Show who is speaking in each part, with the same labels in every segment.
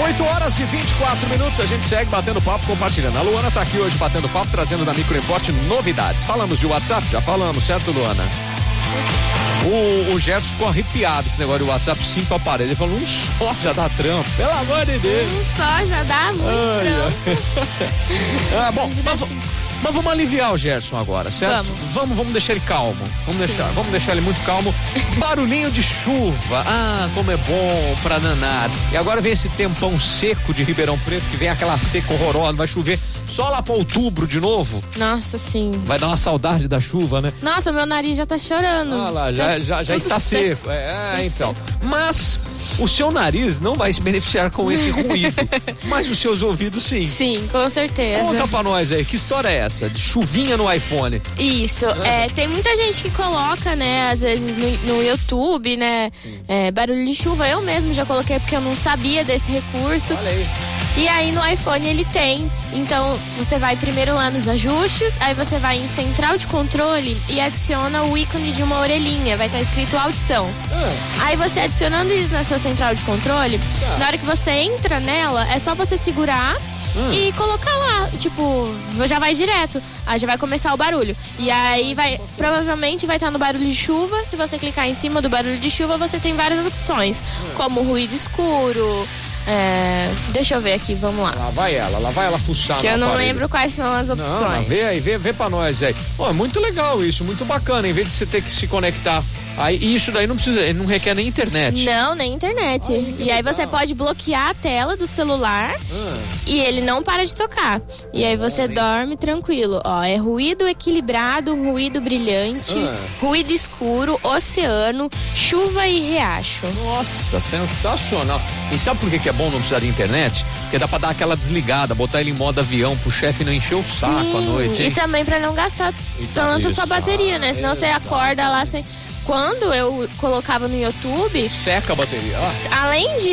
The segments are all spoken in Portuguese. Speaker 1: 8 horas e 24 minutos, a gente segue batendo papo, compartilhando. A Luana tá aqui hoje batendo papo, trazendo da Micro Import novidades. Falamos de WhatsApp? Já falamos, certo, Luana? O, o Gerson ficou arrepiado com esse negócio de WhatsApp, cinco aparelhos. Ele falou, um só já dá trampo, pelo amor de Deus.
Speaker 2: Um só já dá muito
Speaker 1: Olha.
Speaker 2: trampo.
Speaker 1: ah, bom,
Speaker 2: Vida
Speaker 1: mas,
Speaker 2: assim.
Speaker 1: mas vamos aliviar o Gerson agora, certo?
Speaker 2: Vamos.
Speaker 1: Vamos, vamos deixar ele calmo. Vamos
Speaker 2: Sim.
Speaker 1: deixar, vamos deixar ele muito calmo. Barulhinho de chuva. Ah, como é bom pra nanar. E agora vem esse tempão seco de Ribeirão Preto, que vem aquela seca horrorosa, vai chover só lá pra outubro de novo.
Speaker 2: Nossa, sim.
Speaker 1: Vai dar uma saudade da chuva, né?
Speaker 2: Nossa, meu nariz já tá chorando.
Speaker 1: Ah lá, já,
Speaker 2: Tá
Speaker 1: já, já
Speaker 2: tudo
Speaker 1: está seco. É, ah, então. Mas o seu nariz não vai se beneficiar com esse ruído. mas os seus ouvidos sim.
Speaker 2: Sim, com certeza.
Speaker 1: Conta pra nós aí, que história é essa? De chuvinha no iPhone.
Speaker 2: Isso, é, tem muita gente que coloca, né, às vezes no, no YouTube, né, é, barulho de chuva. Eu mesmo já coloquei porque eu não sabia desse recurso.
Speaker 1: aí.
Speaker 2: E aí no iPhone ele tem. Então você vai primeiro lá nos ajustes, aí você vai em central de controle e adiciona o ícone de uma orelhinha, vai estar escrito audição.
Speaker 1: Ah,
Speaker 2: Aí você adicionando isso na sua central de controle,
Speaker 1: Tá.
Speaker 2: na hora que você entra nela, é só você segurar
Speaker 1: Hum.
Speaker 2: e colocar lá. Tipo, já vai direto. Aí já vai começar o barulho. E aí vai. Provavelmente vai estar no barulho de chuva. Se você clicar em cima do barulho de chuva, você tem várias opções.
Speaker 1: Hum.
Speaker 2: Como ruído escuro. é, deixa eu ver aqui, vamos lá.
Speaker 1: Lá vai ela, lá vai ela fuçar.
Speaker 2: Que
Speaker 1: no
Speaker 2: eu não
Speaker 1: aparelho.
Speaker 2: lembro quais são as opções.
Speaker 1: Tá Não, mas vê aí, vê, vê pra nós aí. Ó, muito legal isso, muito bacana, em vez de você ter que se conectar. Aí, e isso daí não precisa, ele não requer nem internet.
Speaker 2: Não, nem internet. e aí você pode bloquear a tela do celular
Speaker 1: Ah,
Speaker 2: e ele não para de tocar. E aí você dorme tranquilo. Ó, é ruído equilibrado, um ruído brilhante,
Speaker 1: Ah.
Speaker 2: ruído escuro, oceano, chuva e riacho.
Speaker 1: Nossa, sensacional. E sabe por que, que é bom não precisar de internet? Porque dá pra dar aquela desligada, botar ele em modo avião pro chefe não encher o saco à noite,
Speaker 2: E
Speaker 1: hein?
Speaker 2: também pra não gastar
Speaker 1: E tá
Speaker 2: tanto sua
Speaker 1: isso.
Speaker 2: bateria, né? Senão você acorda lá sem. Quando eu colocava no YouTube,
Speaker 1: Seca a bateria. ó.
Speaker 2: além de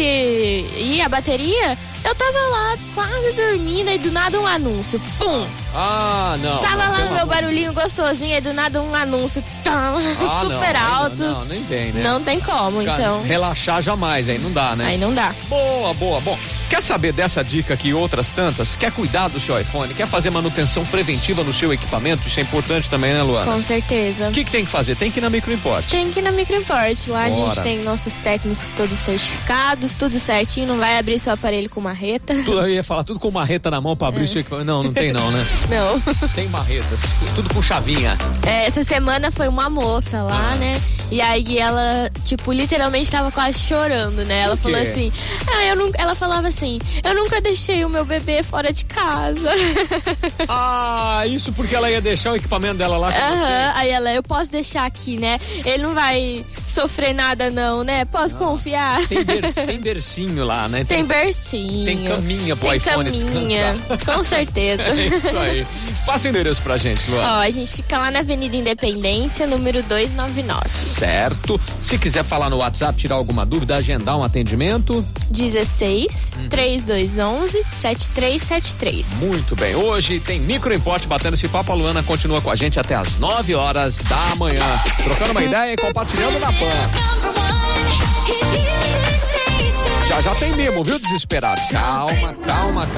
Speaker 2: ir a bateria, eu tava lá quase dormindo e do nada um anúncio. Pum!
Speaker 1: Ah, não.
Speaker 2: Tava
Speaker 1: não,
Speaker 2: lá
Speaker 1: pelo
Speaker 2: no meu
Speaker 1: amor-
Speaker 2: barulhinho gostosinho e do nada um anúncio tão
Speaker 1: Ah, não,
Speaker 2: super
Speaker 1: aí não,
Speaker 2: alto.
Speaker 1: Não,
Speaker 2: Não,
Speaker 1: nem vem, né?
Speaker 2: tem como,
Speaker 1: Cara,
Speaker 2: então.
Speaker 1: Relaxar jamais, aí não dá, né?
Speaker 2: Aí não dá.
Speaker 1: Boa, boa, bom. Quer saber dessa dica aqui e outras tantas? Quer cuidar do seu iPhone? Quer fazer manutenção preventiva no seu equipamento? Isso é importante também, né, Luana?
Speaker 2: Com certeza.
Speaker 1: O que, que tem que fazer? Tem que ir na Microimport.
Speaker 2: Tem que ir na Microimport. Lá a
Speaker 1: Bora.
Speaker 2: gente tem nossos técnicos todos certificados, tudo certinho. Não vai abrir seu aparelho com marreta.
Speaker 1: Tudo, eu ia falar tudo com marreta na mão pra
Speaker 2: É.
Speaker 1: abrir seu equipamento. Não, não tem não, né?
Speaker 2: Não.
Speaker 1: Sem marretas. Tudo com chavinha.
Speaker 2: É, essa semana foi uma moça lá,
Speaker 1: Ah.
Speaker 2: né? E aí ela, tipo, literalmente tava quase chorando, né? Ela
Speaker 1: Por quê?
Speaker 2: falou assim, ah, eu nunca. Ela falava assim, eu nunca deixei o meu bebê fora de casa.
Speaker 1: Ah, isso porque ela ia deixar o equipamento dela lá. com você.
Speaker 2: Aham, aí ela, eu posso deixar aqui, né? Ele não vai sofrer nada, não, né? Posso confiar?
Speaker 1: Tem, berço, tem bercinho lá, né?
Speaker 2: Tem bercinho.
Speaker 1: Tem caminha pro
Speaker 2: Tem
Speaker 1: iPhone
Speaker 2: caminha, Com certeza.
Speaker 1: É isso aí. Passa o endereço pra gente, Luana.
Speaker 2: Ó, a gente fica lá na Avenida Independência, número 299.
Speaker 1: Certo. Se quiser falar no WhatsApp, tirar alguma dúvida, agendar um atendimento.
Speaker 2: 16
Speaker 1: Uhum.
Speaker 2: 3211 7373.
Speaker 1: Muito bem. Hoje tem Micro Import batendo esse papo. A Luana continua com a gente até às 9 horas da manhã. Trocando uma ideia e compartilhando na PAN. Já já tem mimo, viu, desesperado? Calma, calma, calma.